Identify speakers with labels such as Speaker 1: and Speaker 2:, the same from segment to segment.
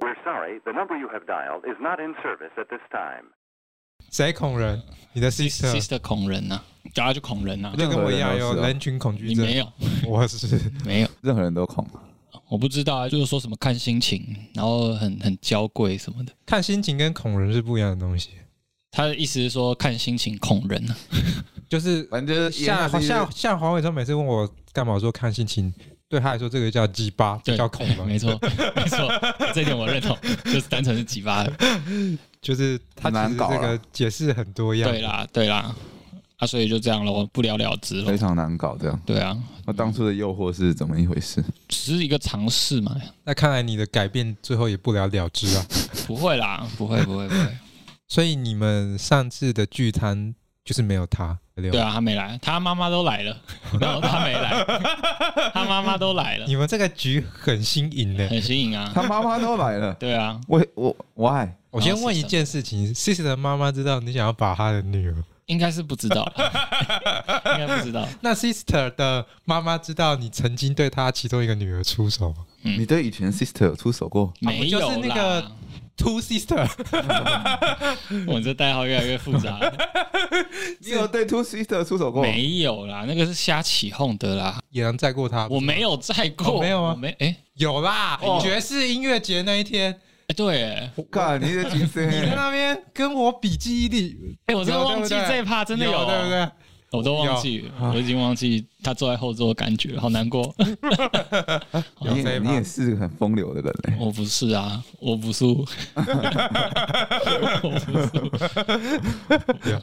Speaker 1: We're sorry, the number you have dialed is not in service at this time.
Speaker 2: 谁恐人？你的 sister
Speaker 3: sister 恐人呐、啊，叫他就恐人呐、啊，
Speaker 2: 就跟我一样有
Speaker 4: 任何人都是哦
Speaker 2: 人群恐惧
Speaker 3: 你
Speaker 2: 症
Speaker 3: 没，有
Speaker 2: 我是
Speaker 3: 没有，
Speaker 4: 任何人都恐。
Speaker 3: 我不知道啊，就是说什么看心情，然后很很娇贵什么的。
Speaker 2: 看心情跟恐人是不一样的东西，
Speaker 3: 他的意思是说看心情恐人啊，
Speaker 2: 就是
Speaker 4: 反正就是
Speaker 2: 像像像黄伟忠每次问我干嘛，我说看心情，对他来说这个叫鸡巴，这
Speaker 3: 对，
Speaker 2: 叫恐人，
Speaker 3: 没错，没错，这点我认同，就是单纯是鸡巴的。
Speaker 2: 就是他其
Speaker 4: 难
Speaker 2: 实
Speaker 4: 搞啊
Speaker 2: 这
Speaker 4: 了
Speaker 2: 个解释很多样，
Speaker 3: 对啦，对啦，啊，所以就这样了，我不了了之了
Speaker 4: 非。常难搞这样。
Speaker 3: 对啊，
Speaker 4: 那当初的诱惑是怎么一回 事？
Speaker 3: 只是一个尝试嘛，
Speaker 2: 那看来你的改变最后也不了了之 啊。
Speaker 3: 不会啦，不会，不会，不会。
Speaker 2: 所以你们上次的聚餐就是没有他，对
Speaker 3: 对啊，他没来，他妈妈都来了，然后他没来，他妈妈都来了，
Speaker 2: 你们这个局很新颖呢。
Speaker 3: 很新颖啊。，
Speaker 4: 他妈妈都来了
Speaker 3: 对啊，
Speaker 4: 我我 why？
Speaker 2: 我先问一件事情，Sis 的妈妈知道你想要把她的女儿，
Speaker 3: 应该是不知道， 应该不知道。
Speaker 2: 那 Sister 的妈妈知道你曾经对她其中一个女儿出手吗
Speaker 4: 你对以前 sister 有出手过？
Speaker 3: 没有啦，
Speaker 2: 就是那个 Two Sister，
Speaker 3: 我这代号越来越复杂 了。
Speaker 4: 你有对 two sister 出手过？
Speaker 3: 没有啦，那个是瞎起哄的啦，
Speaker 2: 也能载过她？
Speaker 3: 我没有载过，
Speaker 2: 哦没有吗
Speaker 3: 我没哎
Speaker 2: 有啦，
Speaker 3: 哦
Speaker 2: 爵士音乐节那一天，
Speaker 3: 哎对哎，
Speaker 4: 干，你的军 师
Speaker 2: 你在那边跟我比记忆力，
Speaker 3: 哎我真的忘记
Speaker 2: 有对不对
Speaker 3: 这一趴，真的
Speaker 2: 有对不对？
Speaker 3: 我都忘记了，我已经忘记他坐在后座的感觉，好难过。
Speaker 2: 有嗯
Speaker 4: 你
Speaker 2: 这
Speaker 4: 也
Speaker 2: 一趴
Speaker 4: 你也是很风流的人嘞、
Speaker 3: 我不是啊，我不是，我不是。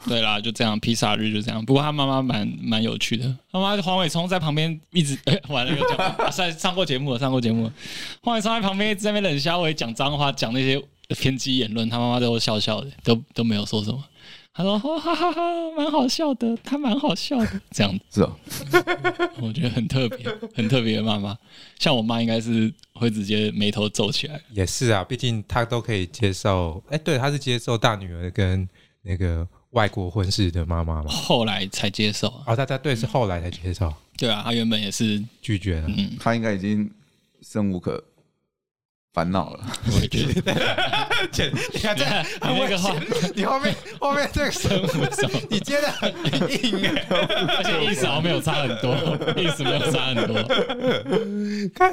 Speaker 3: 对啦，就这样，披萨日就这样。不过他妈妈蛮蛮有趣的，他妈黄伟聪在旁边一直、 哎完了又讲、啊上上过节目了，上过节目了。黄伟聪在旁边一直在那边冷笑，我也讲脏话，讲那些偏激言论，他妈妈都笑笑的，都都没有说什么。他说：“哦哈哈哈，蛮好笑的，他蛮好笑的，这样子。”
Speaker 4: 是哦，
Speaker 3: 我觉得很特别，很特别的妈妈。像我妈应该是会直接眉头皱起来。
Speaker 2: 也是啊，毕竟她都可以接受，哎，对，她是接受大女儿跟那个外国婚事的妈妈嘛。
Speaker 3: 后来才接受啊，
Speaker 2: 哦，大家对是后来才接受
Speaker 3: 对啊，她原本也是，
Speaker 2: 拒绝了。
Speaker 3: 嗯，
Speaker 4: 他应该已经生无可烦恼 了。
Speaker 3: 我也觉得
Speaker 2: 姐，你看这个很
Speaker 3: 啊你那个
Speaker 2: 危
Speaker 3: 话
Speaker 2: 险， 你后面后面这个是
Speaker 3: 真无所，
Speaker 2: 你接的很硬哎、
Speaker 3: 而且意思好像没有差 很多，意思没有差很多。
Speaker 2: 看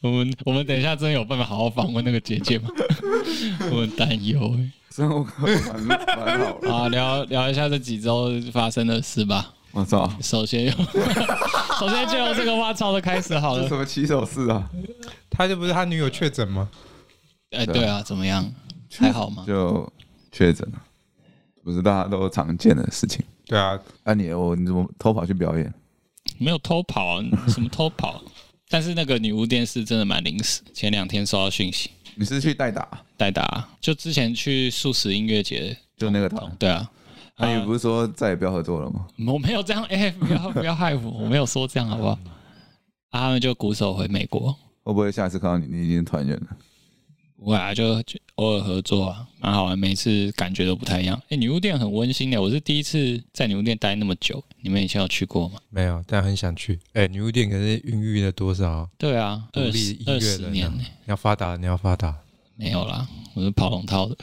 Speaker 3: 我们我们等一下真的有办法好好访问那个姐 姐吗？我很担忧欸、
Speaker 4: 生无可烦烦恼 了。
Speaker 3: 好啊，聊聊一下这几周发生的事吧。
Speaker 4: 我操，
Speaker 3: 首先 用，首先就用这个挖槽的开始好
Speaker 4: 这
Speaker 3: 了
Speaker 4: 什。么起手式啊？
Speaker 2: 他就不是他女友确诊吗？
Speaker 3: 哎、对啊，怎么样？还好吗？
Speaker 4: 就确诊了，不是大家都常见的事情。
Speaker 2: 对啊，
Speaker 4: 啊你，我你怎么偷跑去表演？
Speaker 3: 没有偷 跑、啊，什么偷跑？但是那个女巫店是真的蛮临时，前两天收到讯息，
Speaker 4: 你是去代打？
Speaker 3: 代打、就之前去素食音乐节，
Speaker 4: 就那个团？
Speaker 3: 对啊，
Speaker 4: 那、你不是说再也不要合作了吗？
Speaker 3: 我没有这样， 哎、不要不要害我，我没有说这样好不好？啊，他们就鼓手回美国，
Speaker 4: 会不会下次看到你，你已经团圆了？
Speaker 3: 我啊就就偶尔合作啊，蛮好玩，每次感觉都不太一样。哎、女巫店很温馨的，我是第一次在女巫店待那么久，你们以前有去过吗？
Speaker 2: 没有，但很想去。哎、女巫店可是孕育了多少
Speaker 3: 对啊，
Speaker 2: 独
Speaker 3: 二
Speaker 2: 立
Speaker 3: 十
Speaker 2: 音
Speaker 3: 二
Speaker 2: 乐
Speaker 3: 十
Speaker 2: 人、啊？
Speaker 3: 年欸呢、
Speaker 2: 你要发达，你要发达。
Speaker 3: 没有啦，我是跑龙套的。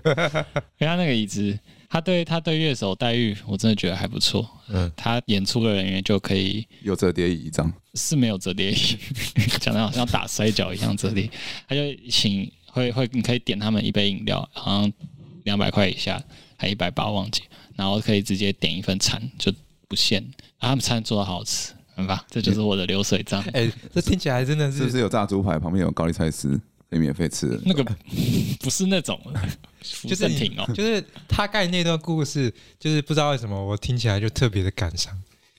Speaker 3: 因为他那个椅子，他对他对乐手待遇，我真的觉得还不错。
Speaker 2: 嗯，
Speaker 3: 他演出的人员就可以
Speaker 4: 有折叠椅一张，
Speaker 3: 是没有折叠椅， 讲的好像打摔跤一样折叠。他就请会会，你可以点他们一杯饮料，好像两百块以下，还一百八忘记，然后可以直接点一份餐就不限，啊、他们餐做的好吃，很棒，这就是我的流水 账。
Speaker 2: 哎、这听起来真 的
Speaker 4: 是
Speaker 2: 是
Speaker 4: 不是有炸猪排？旁边有高丽菜丝，可以免费吃的。
Speaker 3: 那个不是那种
Speaker 2: 就
Speaker 3: 福
Speaker 2: 是
Speaker 3: 盛
Speaker 2: 你
Speaker 3: 庭哦，
Speaker 2: 就是他盖那段故事，就是不知道为什么我听起来就特别的感伤，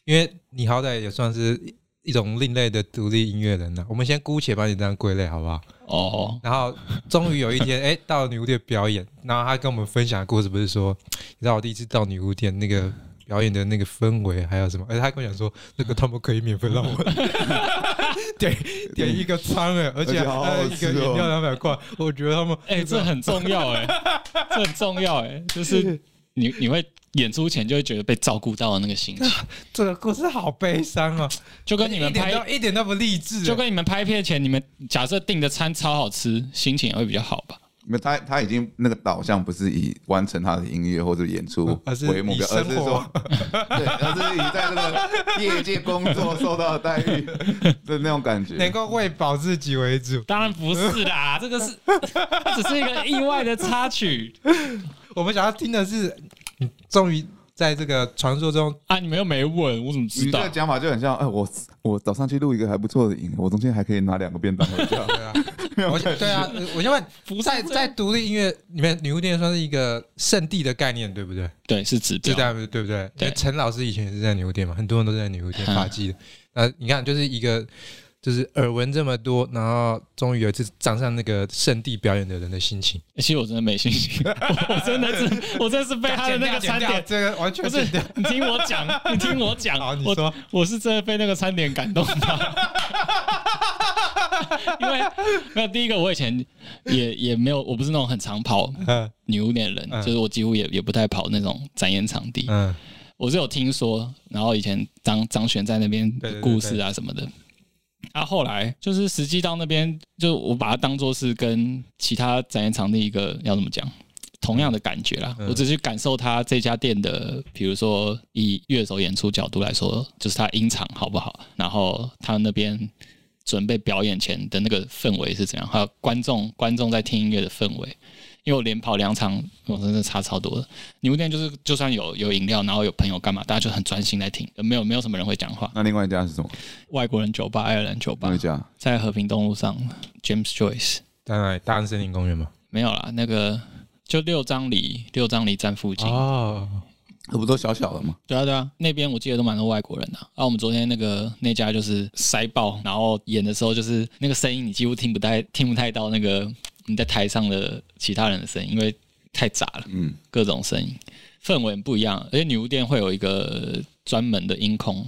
Speaker 2: 因为你好歹也算是一种另类的独立音乐人呢、我们先姑且把你这样归类好不好？
Speaker 3: 哦，
Speaker 2: 然后终于有一天，哎、 到了女巫店表演，然后他跟我们分享的故事，不是说，你知道我第一次到女巫店那个表演的那个氛围，还有什么？哎而且他跟我讲说，那个他们可以免费让我 点点一个餐哎，而且
Speaker 4: 而且好好
Speaker 2: 还有一个
Speaker 4: 吃哦
Speaker 2: 饮料两百块，我觉得他们
Speaker 3: 哎、这很重要哎、这很重要哎、就是你你会演出前就会觉得被照顾到的那个心情，
Speaker 2: 这个故事好悲伤哦，
Speaker 3: 就跟你们
Speaker 2: 一点
Speaker 3: 拍
Speaker 2: 都一点都不励志，啊
Speaker 3: 就跟你们拍片前，你们假设订的餐超好吃，心情也会比较好吧？
Speaker 4: 没有他他已经那个导向不是以完成他的音乐或者演出
Speaker 2: 而是
Speaker 4: 为目
Speaker 2: 以
Speaker 4: 标，而
Speaker 2: 生
Speaker 4: 是
Speaker 2: 活
Speaker 4: 说， 对，而是以在这个业界工作受到的待遇的那种感觉。
Speaker 2: 能够喂饱自己为主。
Speaker 3: 当然不是啦，这个 是这只是一个意外的插曲
Speaker 2: 我们想要听的是，你终于在这个传说中，
Speaker 3: 啊！你们又没问，我怎么知
Speaker 4: 你这
Speaker 3: 道
Speaker 4: 个？讲法就很像，哎，我我早上去录一个还不错的影，我中间还可以拿两个便当回家。
Speaker 2: 对啊， 我 对啊，我因为 在在独立音乐里面，女巫店算是一个圣地的概念，对不对？
Speaker 3: 对，啊是指
Speaker 2: 这
Speaker 3: 标。
Speaker 2: 代对不对？因为陈老师以前也是在女巫店嘛，很多人都是在女巫店
Speaker 3: 嗯
Speaker 2: 发迹的。那你看，就是一个就是耳闻这么多，然后终于有一次站上那个圣地表演的人的心情。
Speaker 3: 哎其实我真的没信心， 我我真的是，我真的是被他的那个
Speaker 2: 剪
Speaker 3: 餐
Speaker 2: 掉
Speaker 3: 点，
Speaker 2: 这个 完全
Speaker 3: 不是
Speaker 2: 剪掉。
Speaker 3: 你听我讲，你听我讲，
Speaker 2: 好你
Speaker 3: 我
Speaker 2: 说
Speaker 3: 我是真的被那个餐点感动到。因为没有第一个，我以前也也没有，我不是那种很常跑
Speaker 2: 嗯
Speaker 3: 女巫店的人，
Speaker 2: 嗯
Speaker 3: 就是我几乎也也不太跑那种展演场地。
Speaker 2: 嗯
Speaker 3: 我是有听说，然后以前张张悬在那边
Speaker 2: 对
Speaker 3: 的
Speaker 2: 对对
Speaker 3: 故事啊什么的。啊，后来就是实际到那边，就我把它当做是跟其他展演场地一个要怎么讲，同样的感觉啦。
Speaker 2: 嗯
Speaker 3: 我只是感受它这家店的，比如说以乐手演出角度来说，就是它音场好不好，然后它那边准备表演前的那个氛围是怎样，还有观众观众在听音乐的氛围。因为我连跑两场，我真的差超多了。牛店就是就算有有饮料，然后有朋友干嘛，大家就很专心在听，没有没有什么人会讲话。
Speaker 4: 那另外一家是什么？
Speaker 3: 外国人酒吧、爱尔兰酒吧
Speaker 4: 另一，家
Speaker 3: 在和平东路上，James Joyce
Speaker 2: 当然，大安森林公园嘛。
Speaker 3: 没有啦，那个就六张里六张里站附近。
Speaker 2: 哦，
Speaker 4: 这不都小小的吗？
Speaker 3: 对啊对啊，那边我记得都蛮多外国人的、啊。啊，我们昨天那个那家就是塞爆，然后演的时候就是那个声音，你几乎听不太听不太到那个你在台上的其他人的声音，因为太杂了。
Speaker 4: 嗯，
Speaker 3: 各种声音，氛围很不一样。而且女巫店会有一个专门的音控，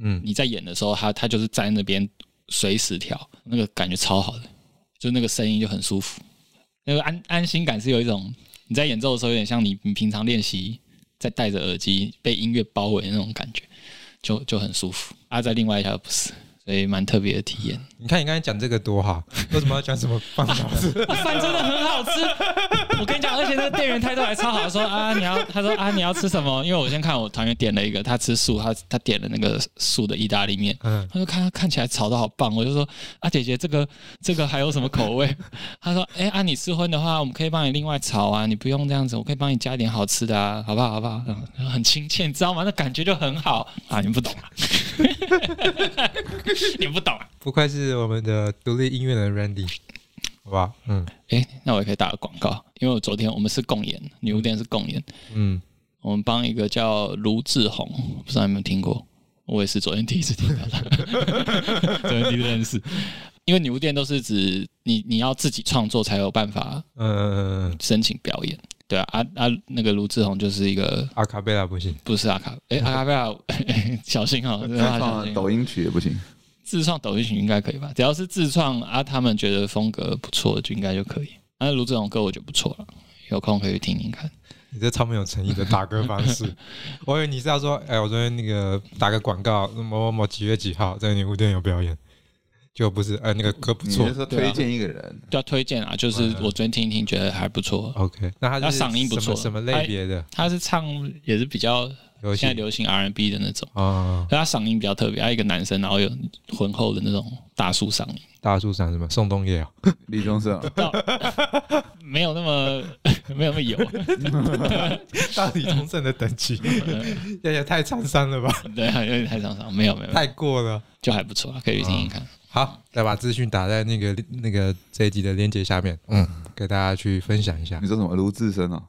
Speaker 2: 嗯，
Speaker 3: 你在演的时候，它它就是在那边随时调，那个感觉超好的，就那个声音就很舒服，那个安安心感是有一种你在演奏的时候，有点像你你平常练习在戴着耳机被音乐包围的那种感觉，就就很舒服。啊，在另外一条不是。所以蛮特别的体验，
Speaker 2: 你看你刚才讲这个多好，为什么要讲什么放 饺子？
Speaker 3: 啊饭真的很好吃。我跟你讲，而且那个店员态度还超好，说啊你要，他说啊你要吃什么？因为我先看我团员点了一个，他吃素，他他点了那个素的意大利面，
Speaker 2: 嗯，
Speaker 3: 他说看看起来炒的好棒，我就说啊姐姐这个这个还有什么口味？ 他说哎、啊你吃荤的话，我们可以帮你另外炒啊，你不用这样子，我可以帮你加一点好吃的啊，好不好？好不好？嗯很亲切，你知道吗？那感觉就很好啊，你不懂啊， 你不懂啊。
Speaker 2: 不愧是我们的独立音乐人 Randy，好吧？嗯
Speaker 3: 哎、那我也可以打个广告，因为我昨天我们是共演，女巫店是共演，
Speaker 2: 嗯，
Speaker 3: 我们帮一个叫卢志宏，不知道你有没有听过？我也是昨天第一次听到他， 昨天第一次认识。因为女巫店都是指你你要自己创作才有办法
Speaker 2: 嗯嗯嗯，
Speaker 3: 申请表演，对啊啊啊！那个卢志宏就是一个
Speaker 2: 阿卡贝拉不行，
Speaker 3: 不是阿卡哎、阿卡贝拉， 小心哦、真的要
Speaker 4: 再
Speaker 3: 小
Speaker 4: 放
Speaker 3: 心。
Speaker 4: 抖音曲也不行。
Speaker 3: 自创抖音群应该可以吧？只要是自创啊，他们觉得风格不错就应该就可以。啊，卢志宏歌我觉得不错了，有空可以听听看。
Speaker 2: 你这超没有诚意的打歌方 式。我以为你是要说，哎、我昨天那个打个广告，某某某几月几号在你屋店有表演，就不是，哎、那个歌不
Speaker 4: 你
Speaker 2: 错
Speaker 4: 是。说推荐一个人，
Speaker 3: 对啊，推荐啊，就是
Speaker 2: 嗯
Speaker 3: 我昨天听一听，觉得还不错。
Speaker 2: OK，那他是
Speaker 3: 他嗓音不错
Speaker 2: 什么什么类别的？
Speaker 3: 他是唱也是比较
Speaker 2: 游戏
Speaker 3: 哎现在流行 R&B 的那种，
Speaker 2: 啊，
Speaker 3: 可他嗓音比较特别，他一个男生，然后有浑厚的那种大叔嗓 音，
Speaker 2: 大树上什么？宋冬野啊，
Speaker 4: 李宗盛啊，
Speaker 3: 没有那么 没有那么油，
Speaker 2: 大李宗盛的等级， 也也太沧桑了吧，
Speaker 3: 对啊，有点太沧桑，没有没有，
Speaker 2: 太嗯过了。
Speaker 3: 就还不错啊，可以去听听看。
Speaker 2: 好，再把资讯打在那个那个这一集的链接下面，嗯，给大家去分享一下
Speaker 4: 你。说什么？卢志深啊？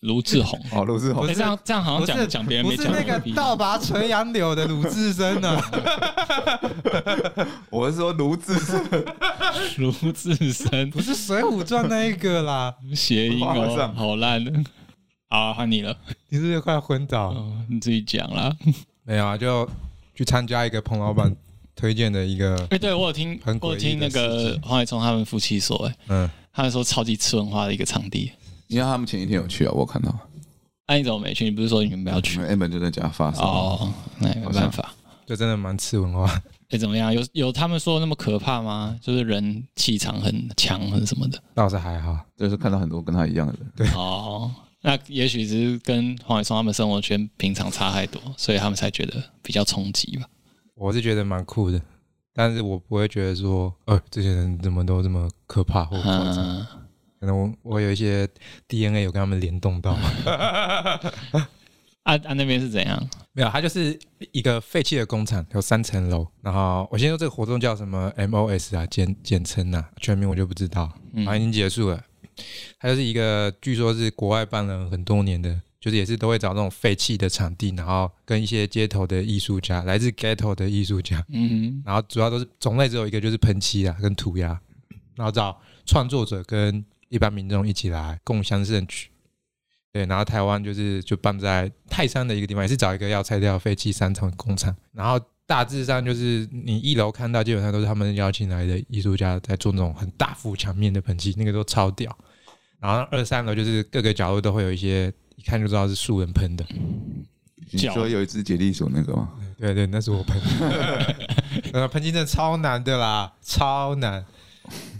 Speaker 3: 卢志宏，
Speaker 4: 哦，卢志宏
Speaker 3: 哎，这样这样好像
Speaker 2: 不是
Speaker 3: 讲讲别人
Speaker 2: 不
Speaker 3: 没
Speaker 2: 是
Speaker 3: 讲
Speaker 2: 那
Speaker 3: 过
Speaker 2: 个
Speaker 3: 的，
Speaker 2: 倒拔垂杨柳的鲁智深啊，
Speaker 4: 我是说卢志深
Speaker 3: 卢志深
Speaker 2: 不是《水浒传》那一个啦。
Speaker 3: 谐音
Speaker 4: 皇
Speaker 3: 哦
Speaker 4: 上，
Speaker 3: 好烂。啊，换你了，
Speaker 2: 你是不是快昏倒？
Speaker 3: 哦，你自己讲 啦。
Speaker 2: 嗯没有啊，就去参加一个彭老板推荐的一个，
Speaker 3: 哎，对我有听
Speaker 2: 很，诡异的
Speaker 3: 我有听那
Speaker 2: 事
Speaker 3: 个黄伟聪他们夫妻说，哎，
Speaker 2: 嗯，
Speaker 3: 他们说超级次文化的一个场地，
Speaker 4: 因为他们前一天有去啊，我看到。
Speaker 3: 那、你怎么没去？你不是说你们不要去
Speaker 4: 因？为 Amber 就在家发烧。
Speaker 3: 哦，那也没办法。
Speaker 2: 就真的蛮吃文化。
Speaker 3: 哎、怎么样？有有他们说的那么可怕吗？就是人气场很强，很什么的。
Speaker 2: 倒是还好，
Speaker 4: 就是看到很多跟他一样的人，
Speaker 3: 哦，那也许只是跟黄伟松他们生活圈平常差太多，所以他们才觉得比较冲击吧。
Speaker 2: 我是觉得蛮酷的，但是我不会觉得说，呃，这些人怎么都这么可怕或夸张。
Speaker 3: 嗯，
Speaker 2: 可能我我有一些 DNA 有跟他们联动到，
Speaker 3: 啊啊，那边是怎样？
Speaker 2: 没有，它就是一个废弃的工厂，有三层楼。然后我先说这个活动叫什么 MOS 啊，简简称啊，全名我就不知道，
Speaker 3: 嗯
Speaker 2: 反正已经结束了。它就是一个据说是国外办了很多年的，就是也是都会找那种废弃的场地，然后跟一些街头的艺术家，来自 ghetto 的艺术家，
Speaker 3: 嗯
Speaker 2: 然后主要都是种类只有一个，就是喷漆啊跟涂鸦，然后找创作者跟一般民众一起来共襄盛举。对，然后台湾就是就办在泰山的一个地方，也是找一个要拆掉废弃三厂工厂，然后大致上就是你一楼看到基本上都是他们邀请来的艺术家在做那种很大幅墙面的喷漆，那个都超屌。然后二三楼就是各个角落都会有一些一看就知道是素人喷的，
Speaker 4: 你
Speaker 3: 脚
Speaker 4: 说有一只解力鼠那个吗？
Speaker 2: 对对，那是我喷的。 呃，喷漆真的超难的啦，超难。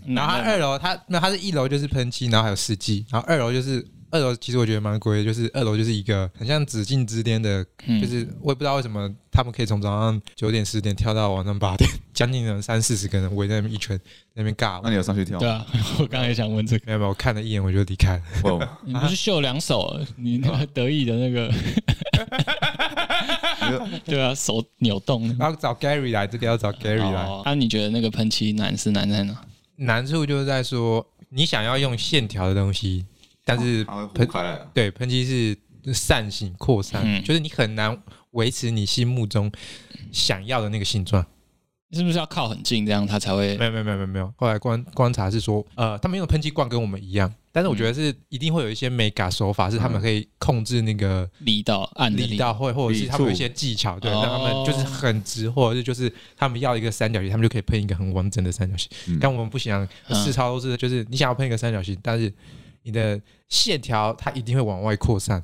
Speaker 3: 哼，
Speaker 2: 然后它
Speaker 3: 那
Speaker 2: 二楼，它那它是一楼就是喷漆，然后还有四季，然后二楼就是二楼，其实我觉得蛮贵的，就是二楼就是一个很像紫禁之巅的，
Speaker 3: 嗯
Speaker 2: 就是我也不知道为什么他们可以从早上九点十点跳到晚上八点，将近有三四十个人围在那边一圈，在那边尬
Speaker 4: 那
Speaker 2: 舞。
Speaker 4: 你有上去跳
Speaker 3: 对
Speaker 4: 吗？
Speaker 3: 啊， 我刚才也想问这个，
Speaker 2: 没有没有，我看了一眼我就离开了。
Speaker 4: 哇，
Speaker 2: 嗯
Speaker 3: 你不是秀两手，你那个得意的 那个，对啊，手扭动那个。
Speaker 2: 然后找 Gary 来，这个要找 Gary 来。
Speaker 3: 哦，那、你觉得那个喷漆难是难在哪？
Speaker 2: 难处就是在说，你想要用线条的东西，但是
Speaker 3: 哦
Speaker 4: 它会糊
Speaker 2: 喷
Speaker 4: 开来啊。
Speaker 2: 对，喷漆是散型扩散，
Speaker 3: 嗯
Speaker 2: 就是你很难维持你心目中想要的那个形状。
Speaker 3: 是不是要靠很近，这样它才会
Speaker 2: 没有没有没有没有没有。后来观观察是说，呃，他们用的喷漆罐跟我们一样，但是我觉得是一定会有一些美感手法，是他们可以控制那个
Speaker 3: 嗯力道暗的
Speaker 2: 力？道，或或者是他们有一些技巧，对，
Speaker 3: 哦
Speaker 2: 让他们就是很直，或者是就是他们要一个三角形，他们就可以喷一个很完整的三角形。
Speaker 4: 嗯
Speaker 2: 但我们不行啊，
Speaker 3: 嗯
Speaker 2: 试操都是就是你想要喷一个三角形，但是你的线条它一定会往外扩散。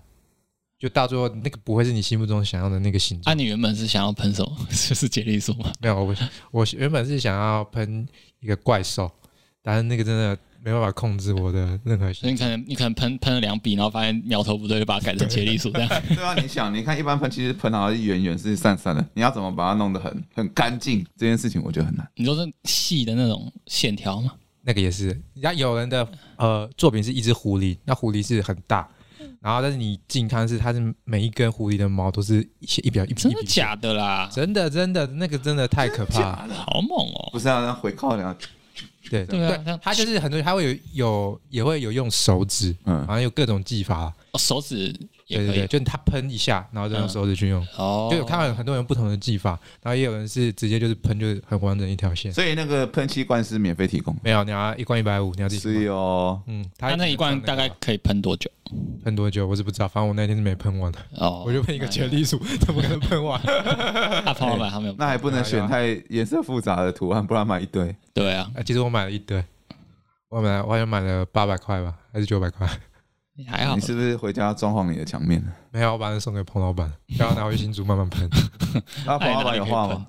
Speaker 2: 就到最后，那个不会是你心目中想要的那个形状。
Speaker 3: 啊，你原本是想要喷什么？ 就是接力鼠吗？
Speaker 2: 没有，我我原本是想要喷一个怪兽，但是那个真的没办法控制我的任何
Speaker 3: 所以你可能你可能喷喷了两笔，然后发现苗头不对，就把它改成接力鼠这 样。
Speaker 4: 对啊，你想，你看一般喷漆是喷好像圆圆是散散的，你要怎么把它弄得很很干净？这件事情我觉得很难。
Speaker 3: 你说是细的那种线条吗？
Speaker 2: 那个也是，人家有人的呃作品是一只狐狸，那狐狸是很大，
Speaker 3: 嗯
Speaker 2: 然后但是你近看是它是每一根狐狸的毛都是一些一 表一
Speaker 3: 真
Speaker 2: 一
Speaker 3: 的
Speaker 2: 笔
Speaker 3: 假的啦？
Speaker 2: 真的真的那个真的太可怕 了，
Speaker 3: 好猛哦！
Speaker 4: 不是啊，那回靠两下，
Speaker 2: 对
Speaker 3: 对啊像
Speaker 2: 它就是很多它会有有也会有用手指，
Speaker 4: 嗯
Speaker 2: 好，像有各种技法，
Speaker 3: 哦手指也
Speaker 2: 对
Speaker 3: 可
Speaker 2: 对
Speaker 3: 以嗯
Speaker 2: 对，就是它喷一下，然后再用手指去用。
Speaker 3: 哦，
Speaker 2: 就有看到有很多人不同的技法，然后也有人是直接就是喷，就是很完整一条线。
Speaker 4: 所以那个喷漆罐是免费提供，
Speaker 2: 没有，你要一罐一百五，你要自己
Speaker 4: 是
Speaker 2: 买。
Speaker 4: 哦。
Speaker 2: 嗯，他
Speaker 3: 它那一罐大概可以喷多久？
Speaker 2: 喷多久，我是不知道。反正我那天是没喷完的，
Speaker 3: 哦，
Speaker 2: 我就喷一个全力鼠， 怎么可能喷完？
Speaker 3: 啊，泡泡板他没有
Speaker 4: 那还不
Speaker 2: 哎
Speaker 4: 能选太颜色复杂的图案，不然买一堆。
Speaker 3: 对啊，
Speaker 2: 啊，其实我买了一堆，我买了我好像买了八百块吧，还是九百块？
Speaker 3: 还 好
Speaker 4: 你。是不是回家装潢你的墙面？
Speaker 2: 没有，我把它送给彭老板，叫他拿回新竹慢慢喷。
Speaker 4: 那
Speaker 2: 哎
Speaker 4: 彭老板有画吗？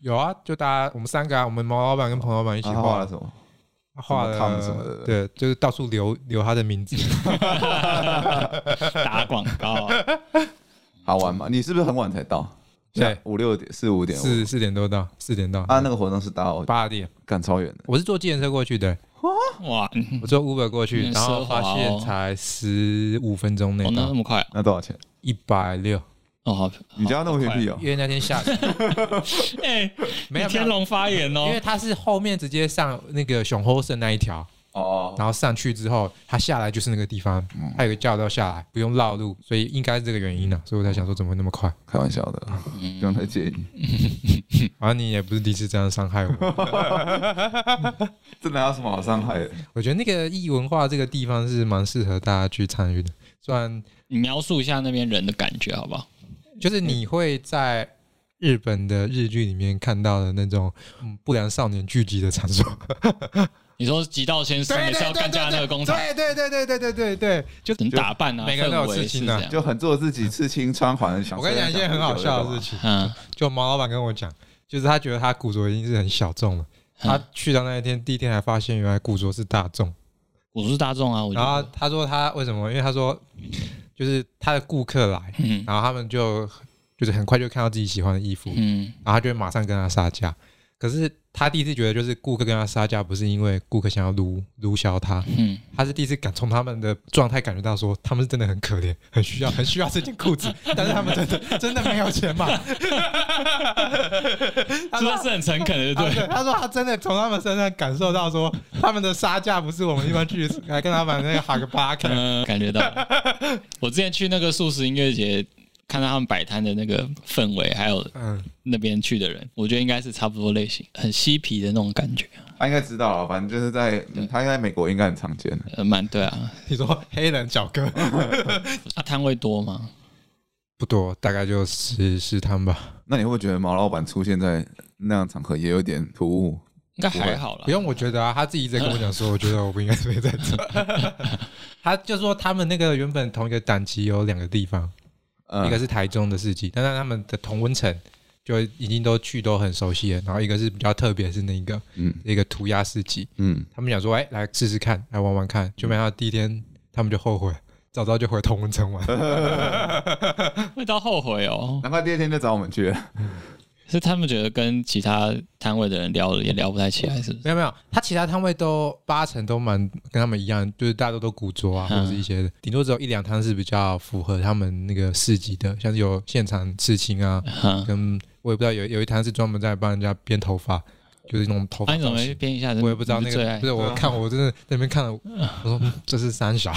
Speaker 2: 有啊，就大家我们三个啊，我们毛老板跟彭老板一起画
Speaker 4: 他啊画了，什么？
Speaker 2: 画
Speaker 4: 什么
Speaker 2: 了
Speaker 4: Tom 什么的
Speaker 2: 对，就是到处留留他的名字。
Speaker 3: 打广告啊，
Speaker 4: 好玩吗？你是不是很晚才到？
Speaker 2: 对
Speaker 4: 下，五六点、四五点。
Speaker 2: 四四点多到，四点到
Speaker 4: 啊，那个活动是到
Speaker 2: 八点，
Speaker 4: 赶超远的。
Speaker 2: 我是坐计程车过去的。
Speaker 3: 哇，嗯
Speaker 2: 我坐 Uber 过去，
Speaker 3: 嗯
Speaker 2: 然后发
Speaker 3: 奢华
Speaker 2: 现
Speaker 3: 哦
Speaker 2: 才十五分钟内
Speaker 3: 哦，那那
Speaker 2: 到
Speaker 3: 么快啊
Speaker 4: 那多少钱？
Speaker 2: 一百六，
Speaker 3: 哦，好，
Speaker 4: 你家那么偏僻哦
Speaker 2: 因？为那天 下
Speaker 3: 哎，
Speaker 2: 没有
Speaker 3: 你天龙发言哦
Speaker 2: 因，为他是后面直接上那个熊猴胜那一条，
Speaker 4: 哦，
Speaker 2: 然后上去之后，他下来就是那个地方，他有个叫道下来，不用绕路，所以应该是这个原因呢，啊所以我才想说怎么会那么快。
Speaker 4: 开玩笑的，
Speaker 2: 嗯
Speaker 4: 不用太介意。
Speaker 2: 反正你也不是第一次这样伤害 我，
Speaker 4: 真的有什么好伤害的？
Speaker 2: 我觉得那个异文化这个地方是蛮适合大家去参与的，虽然
Speaker 3: 你描述一下那边人的感觉好不好？
Speaker 2: 就是你会在。日本的日剧里面看到的那种嗯不良少年聚集的场所，
Speaker 3: 你说极道先生也是要干架那个工厂，
Speaker 2: 对对对对对对对对，就
Speaker 3: 很打扮啊，
Speaker 2: 每个人都有
Speaker 3: 氛围
Speaker 2: 刺青
Speaker 3: 是
Speaker 2: 啊
Speaker 3: 这样
Speaker 4: 就很做自己，刺青穿环，想
Speaker 2: 我跟你讲一件很好笑的事情，
Speaker 3: 嗯
Speaker 2: 就毛老板跟我讲，就是他觉得他古着已经是很小众了，
Speaker 3: 嗯
Speaker 2: 他去到那一天第一天还发现原来古着是大众，
Speaker 3: 我是大众啊，我觉
Speaker 2: 然后
Speaker 3: 得，
Speaker 2: 他说他为什么？因为他说就是他的顾客来，
Speaker 3: 嗯
Speaker 2: 然后他们就就是很快就看到自己喜欢的衣服，
Speaker 3: 嗯
Speaker 2: 然后他就会马上跟他杀价。可是他第一次觉得，就是顾客跟他杀价，不是因为顾客想要撸撸销他，
Speaker 3: 嗯，
Speaker 2: 他是第一次感从他们的状态感觉到说，他们是真的很可怜，很需要，很需要这件裤子，但是他们真的真的没有钱买。他
Speaker 3: 真
Speaker 2: 说
Speaker 3: 的是很诚恳
Speaker 2: 啊
Speaker 3: 的，对不
Speaker 2: 对，
Speaker 3: 对，
Speaker 2: 他说他真的从他们身上感受到说，他们的杀价不是我们一般去来跟他们那个哈个巴克，
Speaker 3: 嗯，感觉到。我之前去那个素食音乐节，看到他们摆摊的那个氛围，还有
Speaker 2: 嗯，
Speaker 3: 那边去的人，我觉得应该是差不多类型，很嬉皮的那种感觉，
Speaker 4: 他应该知道啊了，反正就是在嗯他应该在美国应该很常见的。
Speaker 3: 呃，蛮对啊。
Speaker 2: 你说黑人小哥
Speaker 3: 那摊位多吗？
Speaker 2: 不多，大概就十十摊吧，
Speaker 4: 那你会不会觉得毛老板出现在那样场合也有点突兀？
Speaker 3: 应该还好啦
Speaker 2: 不。用我觉得啊，他自己一直在跟我讲说，我觉得我不应该睡在 这，他就说他们那个原本同一个档期有两个地方，一个
Speaker 4: 嗯，
Speaker 2: 是台中的市集，但是他们的同温层就已经都去都很熟悉了。然后一个是比较特别，是那个
Speaker 4: 嗯
Speaker 2: 一个涂鸦市集，
Speaker 4: 嗯，
Speaker 2: 他们想说，哎、来试试看，来玩玩看。就没想到第一天他们就后悔，早知道就回同温层玩。
Speaker 3: 会到后悔哦，
Speaker 4: 难怪第二天就找我们去 了。
Speaker 3: 是他们觉得跟其他摊位的人聊了也聊不太起来，是不是？
Speaker 2: 没有没有，他其他摊位都八成都蛮跟他们一样，就是大家都都古着啊，或
Speaker 3: 嗯
Speaker 2: 者是一些的，顶多只有一两摊是比较符合他们那个市集的，像是有现场刺青啊，
Speaker 3: 哈、
Speaker 2: 跟我也不知道有有一摊是专门在帮人家编头发，就是那种头
Speaker 3: 啊，
Speaker 2: 发
Speaker 3: 你怎
Speaker 2: 造
Speaker 3: 么
Speaker 2: 型。
Speaker 3: 会编一下子？
Speaker 2: 我也不知道
Speaker 3: 你
Speaker 2: 那
Speaker 3: 最
Speaker 2: 个，
Speaker 3: 爱
Speaker 2: 不是我看，我真的在那边看了，我说嗯这是三小，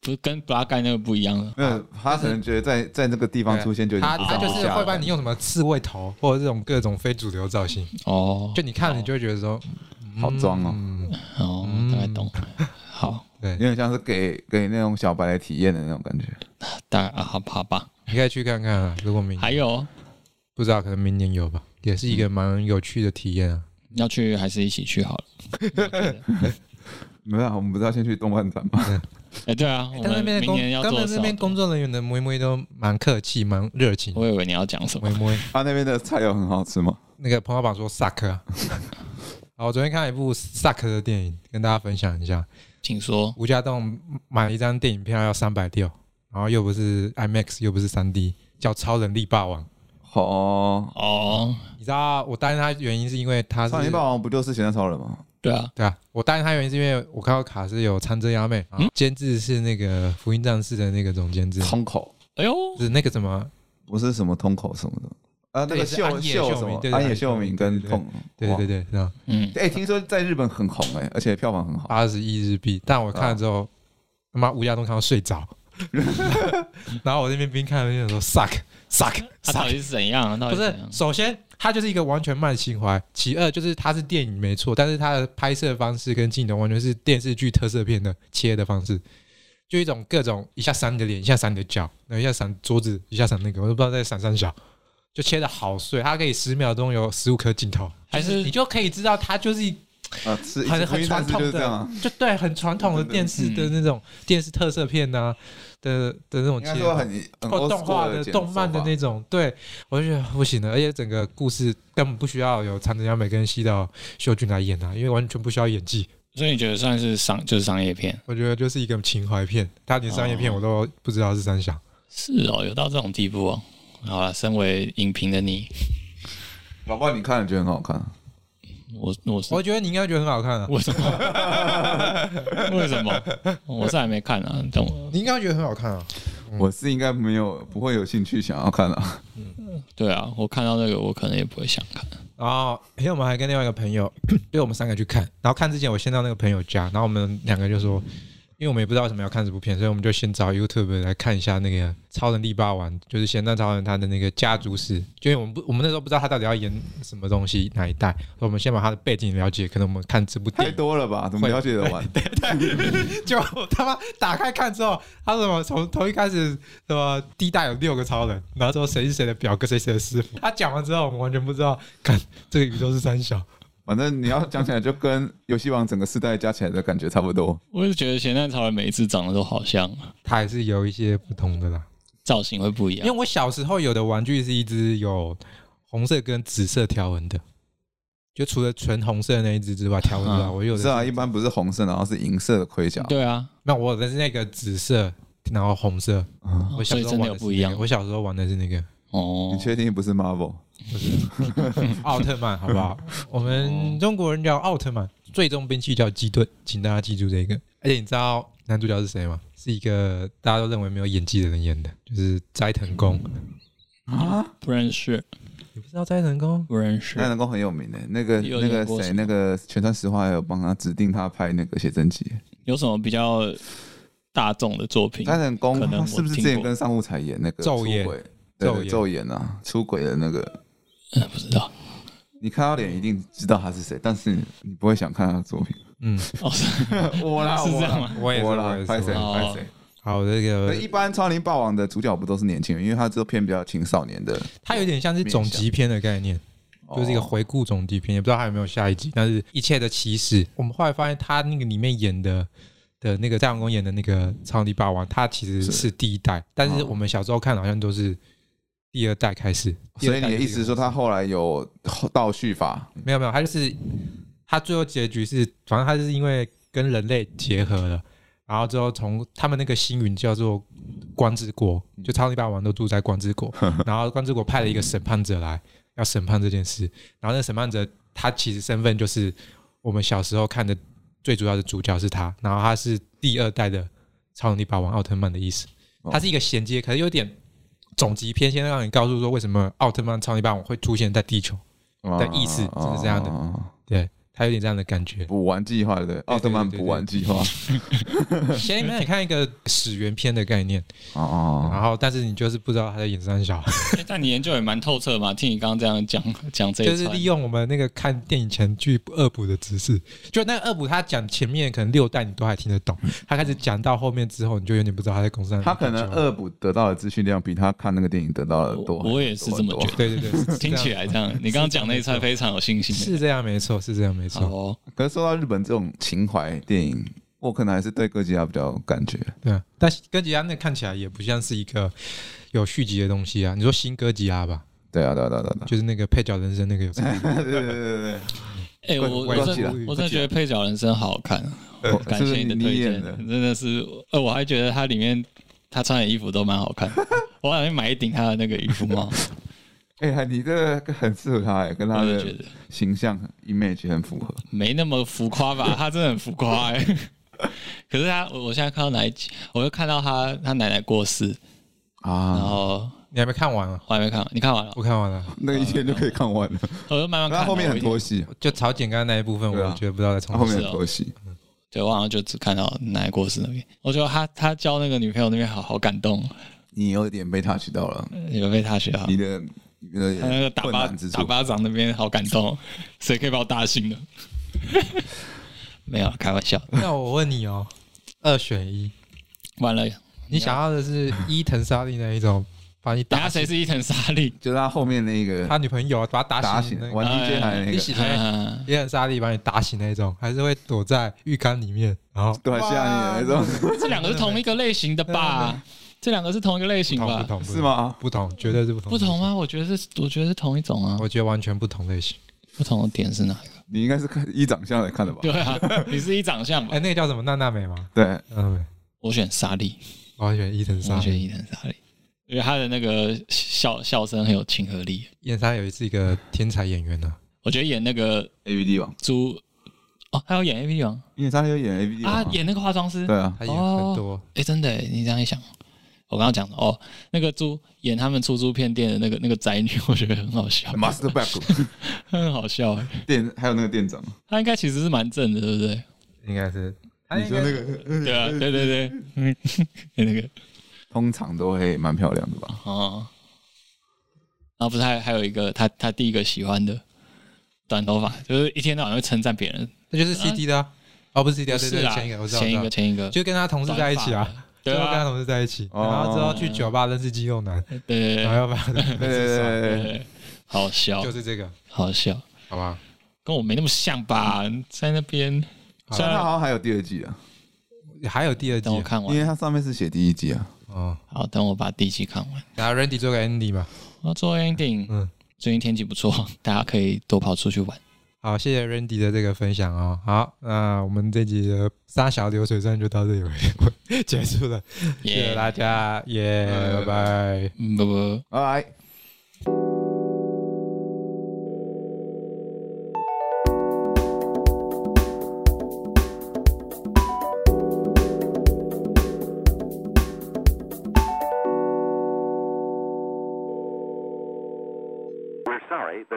Speaker 3: 不是跟布拉盖那个不一样了。
Speaker 4: 没有，他可能觉得在在那个地方出现就已经
Speaker 2: 他
Speaker 4: 不
Speaker 2: 他
Speaker 4: 上
Speaker 2: 就
Speaker 4: 不
Speaker 2: 是
Speaker 4: 下
Speaker 2: 会帮你
Speaker 4: 了。
Speaker 2: 用什么刺猬头或者这种各种非主流造型，
Speaker 3: 哦，
Speaker 2: 就你看你就会觉得说
Speaker 4: 好装哦
Speaker 2: 嗯
Speaker 3: 哦，大概懂。好，
Speaker 2: 对
Speaker 4: 有，点像是给给那种小白的体验的那种感觉。
Speaker 3: 大概啊，好吧好吧。
Speaker 2: 你可以去看看啊，如果明
Speaker 3: 还有
Speaker 2: 不知道可能明年有吧，也是一
Speaker 3: 嗯
Speaker 2: 个蛮有趣的体验啊。
Speaker 3: 要去还是一起去好了。
Speaker 4: 没有啊，我们不是要先去动漫展吗？
Speaker 3: 哎，对啊，我
Speaker 2: 但那
Speaker 3: 们
Speaker 2: 边的
Speaker 3: 明
Speaker 2: 工
Speaker 3: 年要，
Speaker 2: 他
Speaker 3: 做
Speaker 2: 们
Speaker 3: 什
Speaker 2: 那边
Speaker 3: 么？
Speaker 2: 工作人员的摸一摸都蛮客气，蛮热情。
Speaker 3: 我以为你要讲什
Speaker 2: 摸
Speaker 3: 么
Speaker 2: 一摸，
Speaker 4: 他那边的菜有很好吃吗？
Speaker 2: 那个彭老板说 suck 啊。 好，我昨天看了一部 suck 的电影，跟大家分享一下。
Speaker 3: 请说。
Speaker 2: 吴家栋买一张电影票要三百六，然后又不是 IMAX，又不是三 D，叫《超能力霸王》。
Speaker 4: 哦，
Speaker 3: 哦，
Speaker 2: 你知道我答应他的原因是因为他是
Speaker 4: 少年霸王不就是咸蛋超人吗？
Speaker 3: 对啊，
Speaker 2: 对啊，我答应他的原因是因为我看到卡斯有长泽雅美，
Speaker 3: 嗯
Speaker 2: 然后啊监制是那个《福音战士》的那个总监制，
Speaker 4: 通口
Speaker 3: 哎呦，
Speaker 2: 是那个什么
Speaker 4: 不是什么通口什么的。啊，那
Speaker 2: 对
Speaker 4: 个
Speaker 2: 是
Speaker 4: 秀
Speaker 2: 安野
Speaker 4: 秀
Speaker 2: 秀
Speaker 4: 什么
Speaker 2: 明对？对
Speaker 4: 安
Speaker 2: 对
Speaker 4: 野秀明跟
Speaker 2: 对对对
Speaker 4: 痛，
Speaker 2: 对对对，是吧？
Speaker 3: 嗯，
Speaker 4: 哎、听说在日本很红哎、而且票房很好。
Speaker 2: 八十亿日币，但我看了之后，他妈吴亚东看到睡着，然后我那边边看边想说 suck suck
Speaker 3: 他到
Speaker 2: suck，
Speaker 3: 底是怎样啊？到
Speaker 2: 不
Speaker 3: 底
Speaker 2: 是
Speaker 3: 怎样，？
Speaker 2: 首先它就是一个完全慢情怀，其二就是它是电影没错，但是它的拍摄方式跟镜头完全是电视剧特色片的切的方式，就一种各种一下闪你的脸，一下闪你的脚，然后一下闪桌子，一下闪那个，我都不知道在闪三小，就切的好碎，它可以十秒钟有十五颗镜头，
Speaker 3: 还是
Speaker 2: 你就可以知道它就是一
Speaker 4: 啊，吃
Speaker 2: 很
Speaker 4: 吃
Speaker 2: 很传
Speaker 4: 但是就是
Speaker 2: 统
Speaker 4: 这样啊
Speaker 2: 的。，就对，很传统的嗯电视的那种电视特色片呐、的的那种
Speaker 4: 应该
Speaker 2: 切
Speaker 4: 说很很
Speaker 2: 哦，
Speaker 4: old
Speaker 2: 动
Speaker 4: school
Speaker 2: 画
Speaker 4: 的啊
Speaker 2: 的、
Speaker 4: 剪
Speaker 2: 动漫的
Speaker 4: 手法
Speaker 2: 那种，对我就觉得不行了，而且整个故事根本不需要有长泽雅美跟西岛秀俊来演啊，因为完全不需要演技。
Speaker 3: 所以你觉得算是商就是商业片？
Speaker 2: 我觉得就是一个情怀片，他连商业片我都不知道是三小。
Speaker 3: 是哦，有到这种地步哦。好了，身为影评的你，
Speaker 4: 宝宝你看了觉得很好看啊，
Speaker 3: 我我是
Speaker 2: 我觉得你应该觉得很好看啊，
Speaker 3: 为什么？ 为什么？我是还没看啊，等我。
Speaker 2: 你应该觉得很好看啊。
Speaker 3: 嗯
Speaker 4: 我是应该没有不会有兴趣想要看 啊。
Speaker 3: 对啊，我看到那个，我可能也不会想看。
Speaker 2: 然后，因为我们还跟另外一个朋友， 对我们三个去看。然后看之前，我先到那个朋友家，然后我们两个就说，因为我们也不知道为什么要看这部片，所以我们就先找 YouTube 来看一下那个《超人力霸王》，就是《咸蛋超人》他的那个家族史。就因为我们不，我们那时候不知道他到底要演什么东西，哪一代，所以我们先把他的背景了解。可能我们看这部电
Speaker 4: 太
Speaker 2: 影，
Speaker 4: 多了吧？怎么了解得完？
Speaker 2: 就他妈打开看之后，他说什么从头一开始什么第一代有六个超人，然后说谁是谁的表哥，谁是谁的师傅。他讲完之后，我们完全不知道，看这个宇宙是三小。
Speaker 4: 反正你要讲起来，就跟游戏王整个世代加起来的感觉差不多。
Speaker 3: 我就觉得咸蛋超人每一次长得都好像，
Speaker 2: 它还是有一些不同的啦。
Speaker 3: 造型会不一
Speaker 2: 因为
Speaker 3: 样。
Speaker 2: 我小时候有的玩具是一只有红色跟紫色条纹的，就除了纯红色的那一只之外，条纹之外，
Speaker 3: 嗯
Speaker 2: 我有的
Speaker 4: 是啊，一般不是红色，然后是银色的盔甲。
Speaker 3: 对啊，
Speaker 2: 那我有的是那个紫色，然后红色。
Speaker 4: 嗯，
Speaker 2: 我小
Speaker 3: 所以
Speaker 2: 时候
Speaker 3: 真
Speaker 2: 玩的
Speaker 3: 的有
Speaker 2: 是
Speaker 3: 不一
Speaker 2: 那个
Speaker 3: 样
Speaker 2: 我小时候玩的是那个
Speaker 3: 哦
Speaker 4: 你。确定不是 Marvel？
Speaker 2: 奥特曼，好不好？我们中国人叫奥特曼，最终兵器叫鸡盾，请大家记住这个。而且你知道男主角是谁吗？是一个大家都认为没有演技的人演的，就是斋藤工。
Speaker 3: 不认识，
Speaker 2: 你不知道斋藤工？
Speaker 3: 不认识
Speaker 4: 那。人工很有名的，那个
Speaker 3: 有
Speaker 4: 那个
Speaker 3: 演过
Speaker 4: 谁，
Speaker 3: 什么
Speaker 4: 那个全川石化有帮他指定他拍那个写真集。
Speaker 3: 有什么比较大众的作品？
Speaker 4: 他人工
Speaker 3: 可能我
Speaker 4: 是不是
Speaker 3: 听
Speaker 4: 之
Speaker 3: 过
Speaker 4: 前跟上户彩演那个
Speaker 2: 昼
Speaker 4: 出
Speaker 2: 颜
Speaker 4: 轨？对
Speaker 2: 昼
Speaker 4: 对
Speaker 2: 颜
Speaker 4: 昼颜啊，出轨的那个，
Speaker 3: 呃不知道。
Speaker 4: 你看到脸一定知道他是谁，但是你不会想看他的作 品。
Speaker 2: 嗯，
Speaker 3: 哦，是
Speaker 4: 我啦，
Speaker 3: 是这样
Speaker 4: 我
Speaker 3: 吗？
Speaker 2: 我也是，
Speaker 4: 啦，我
Speaker 2: 我
Speaker 4: 啦
Speaker 2: 也，
Speaker 4: 拍谁哎
Speaker 2: 是。
Speaker 3: 哦
Speaker 4: 拍谁。
Speaker 2: 好，这
Speaker 4: 可
Speaker 2: 个
Speaker 4: 一般超龄霸王的主角不都是年轻人，因为他都偏比较青少年的，
Speaker 2: 它有点像是总集篇的概念，
Speaker 3: 哦
Speaker 4: 哦
Speaker 2: 就是一个回顾总集篇，也不知道还有没有下一集。但是一切的起始，我们后来发现他那个里面演的的那个战王公演的那个超级霸王，他其实是第一代，但
Speaker 4: 哦
Speaker 2: 是我们小时候看好像都是第二代开始。
Speaker 4: 所以你的意思是说他后来有后倒叙法？
Speaker 2: 没有没有，他就是他最后结局是，反正他是因为跟人类结合了，然后之后从他们那个星云叫做光之国，就超级霸王都住在光之国，然后光之国派了一个审判者来要审判这件事，然后那审判者他其实身份就是我们小时候看的最主要的主角是他，然后他是第二代的超能力霸王奥特曼的意思，
Speaker 4: 哦
Speaker 2: 它是一个衔接，可是有点。总集偏先让你告诉说为什么奥特曼、超级霸王会出现在地球，的意思是这样的
Speaker 4: 哦。哦哦
Speaker 2: 对他有点这样的感觉。
Speaker 4: 补完计划对不哦对？奥特曼补完计划。
Speaker 2: 先让你看一个始源篇的概念，
Speaker 4: 哦哦
Speaker 2: 然后但是你就是不知道他在演三 小，
Speaker 3: 诶哎但你研究也蛮透彻嘛，听你刚刚这样讲讲这
Speaker 2: 就
Speaker 3: 一
Speaker 2: 是
Speaker 3: 串
Speaker 2: 利，用我们那个看电影前去恶补的知识。就那个恶补，他讲前面可能六代你都还听得懂，他开始讲到后面之后，你就有点不知道他在公司。
Speaker 4: 哦，嗯他可能恶补得到的资讯量比他看那个电影得到的多。
Speaker 3: 我我也是这么觉得
Speaker 2: 对对对，是
Speaker 3: 听起来这样。你刚刚讲那一串非常有信心。
Speaker 2: 是这样没错，是这样没
Speaker 3: 好
Speaker 2: 错。
Speaker 3: 哦，
Speaker 4: 可是说到日本这种情怀电影，我可能还是对哥吉拉比较有感觉。
Speaker 2: 对啊，但是哥吉拉那看起来也不像是一个有续集的东西啊。你说新哥吉拉吧，
Speaker 4: 对啊，对啊，对啊，对啊
Speaker 2: 就是那个配角人生那个有什 么？
Speaker 4: 对啊，对对对对
Speaker 3: 哎，我我
Speaker 2: 怪
Speaker 3: 真
Speaker 4: 怪
Speaker 3: 的
Speaker 4: 不起
Speaker 2: 来
Speaker 3: 我真的觉得配角人生好好看，啊
Speaker 4: 对
Speaker 3: 我
Speaker 4: 哦，
Speaker 3: 感
Speaker 4: 是不
Speaker 3: 谢
Speaker 4: 是
Speaker 3: 你的
Speaker 4: 你
Speaker 3: 推
Speaker 4: 你演
Speaker 3: 荐
Speaker 4: 的，？
Speaker 3: 真的是，呃，我还觉得他里面他穿的衣服都蛮好看的，我好像买一顶他的那个渔夫帽，
Speaker 4: 哎呀，你这个很适合他，哎，跟他
Speaker 3: 我就
Speaker 4: 的
Speaker 3: 觉得
Speaker 4: 形象 image 很符合。
Speaker 3: 没那么浮夸吧，他真的很浮夸哎、 可是他，我我现在看到哪一集，我又看到他他奶奶过世，然
Speaker 4: 啊，
Speaker 3: 后
Speaker 2: 你还没看完啊？
Speaker 3: 我还没看完，你看完了，
Speaker 2: 我看完了，
Speaker 4: 那一天就可以看完了。
Speaker 3: 我就慢慢看
Speaker 4: 那
Speaker 3: 了。
Speaker 4: 后面很
Speaker 3: 我
Speaker 4: 多
Speaker 3: 一定，
Speaker 4: 戏，
Speaker 2: 就曹简刚刚那一部分，
Speaker 4: 对啊
Speaker 2: 我觉得不知道在
Speaker 4: 他
Speaker 2: 从
Speaker 4: 后面很
Speaker 3: 哦
Speaker 4: 多戏。
Speaker 3: 对我好像就只看到奶奶过世那边，我觉得他他交那个女朋友那边好好感动，哦
Speaker 4: 你有点被 touch 到了，
Speaker 3: 有被他学到。
Speaker 4: 你的你的
Speaker 3: 嗯他那个打
Speaker 4: 困
Speaker 3: 巴
Speaker 4: 难之处
Speaker 3: 打。巴掌那边好感动，哦 谁可以把我打醒呢？没有，开玩笑。
Speaker 2: 那我问你哦，二选一，
Speaker 3: 完了，
Speaker 2: 你想要的是伊藤沙莉那一种，把你
Speaker 3: 等下
Speaker 2: 打
Speaker 3: 谁是伊藤沙莉？
Speaker 4: 就是他后面那个
Speaker 2: 他女朋友啊把他
Speaker 4: 打
Speaker 2: 打醒
Speaker 4: 醒
Speaker 2: 的那个，
Speaker 4: 玩
Speaker 3: 哎
Speaker 4: DJ 台那
Speaker 2: 你
Speaker 4: 个，
Speaker 2: 喜欢
Speaker 3: 啊
Speaker 2: 伊藤沙莉把你打醒那一种，还是会躲在浴缸里面，然后
Speaker 4: 对吓你的那种，
Speaker 3: 这两个是同一个类型的吧？这两个是同一个类型
Speaker 2: 不同不
Speaker 3: 吧？
Speaker 2: 同
Speaker 4: 是？吗？
Speaker 2: 不同，绝对是不同。
Speaker 3: 不同？吗？我觉得是，我觉得是同一种啊。
Speaker 2: 我觉得完全不同类型。
Speaker 3: 不同的点是哪一个？
Speaker 4: 你应该是看依长相来看的吧？
Speaker 3: 对啊，你是一长相吧
Speaker 2: 哎，？那个叫什么？娜娜美吗？
Speaker 4: 对，
Speaker 2: 娜娜美，
Speaker 3: 我选沙莉，
Speaker 2: 我选伊藤沙
Speaker 3: 我选
Speaker 2: 莉。
Speaker 3: 伊藤沙莉，因为他的那个笑笑声很有亲和力。
Speaker 2: 伊藤沙莉是一个天才演员呢，啊
Speaker 3: 我觉得演那个
Speaker 4: A V D 王，
Speaker 3: 猪，哦，他有演 A V 王
Speaker 4: 因为他有演 A V D 王
Speaker 3: 啊
Speaker 4: 啊，
Speaker 3: 演那个化妆师。
Speaker 4: 对啊，
Speaker 2: 他演很多。
Speaker 3: 哎，真的耶，你这样一想，我刚刚讲的哦，那个猪演他们出租片店的那个那个宅女， 我觉得很好笑，
Speaker 4: Master Back
Speaker 3: 很好笑耶。
Speaker 4: 店还有那个店长，
Speaker 3: 他应该其实是蛮正的，对不对？
Speaker 2: 应该是。
Speaker 4: 你说那个
Speaker 3: 对啊，对对对，嗯， 那个
Speaker 4: 通常都会蛮漂亮的吧？
Speaker 3: 哦，然后不是还还有一个他他第一个喜欢的短头发，就是一天到晚会称赞别人，
Speaker 2: 那就是 CD 的啊，哦，不是 CD，啊对
Speaker 3: 是
Speaker 2: 对，
Speaker 3: 啦，
Speaker 2: 前一个我知道，
Speaker 3: 前一
Speaker 2: 我
Speaker 3: 个
Speaker 2: 知道
Speaker 3: 前一个，
Speaker 2: 就跟他同事在一起啊。
Speaker 3: 对
Speaker 2: 最后跟他
Speaker 3: 啊，
Speaker 2: 同事在一起，
Speaker 4: 哦
Speaker 2: 然后之后去酒吧认识肌肉男，
Speaker 3: 对对对
Speaker 2: 然后要把他
Speaker 4: 对对对
Speaker 3: 对，好笑
Speaker 2: 哎就，是这个，
Speaker 3: 好笑。
Speaker 2: 好吧？
Speaker 3: 跟我没那么像吧？在那边，虽
Speaker 4: 但它
Speaker 3: 然
Speaker 4: 好像还有第二季啊，
Speaker 2: 还有第二季
Speaker 3: 等我
Speaker 2: 啊
Speaker 3: 看
Speaker 4: 因为
Speaker 3: 完，
Speaker 4: 它上面是写第一季啊。
Speaker 2: 哦。
Speaker 3: 好，等我把第一集看完。
Speaker 2: 然后 Randy 做个 Andy 嘛，
Speaker 3: 我要做
Speaker 2: 嗯
Speaker 3: ending。嗯，最近天气不错，大家可以多跑出去玩。
Speaker 2: 好，谢谢 Randy 的这个分享哦。好，那我们这集的沙小流水站就到这里为 结束了，谢谢
Speaker 3: 耶，
Speaker 2: 大家，耶，拜拜。
Speaker 3: 嗯，不不。
Speaker 4: 拜拜。
Speaker 1: We're sorry, the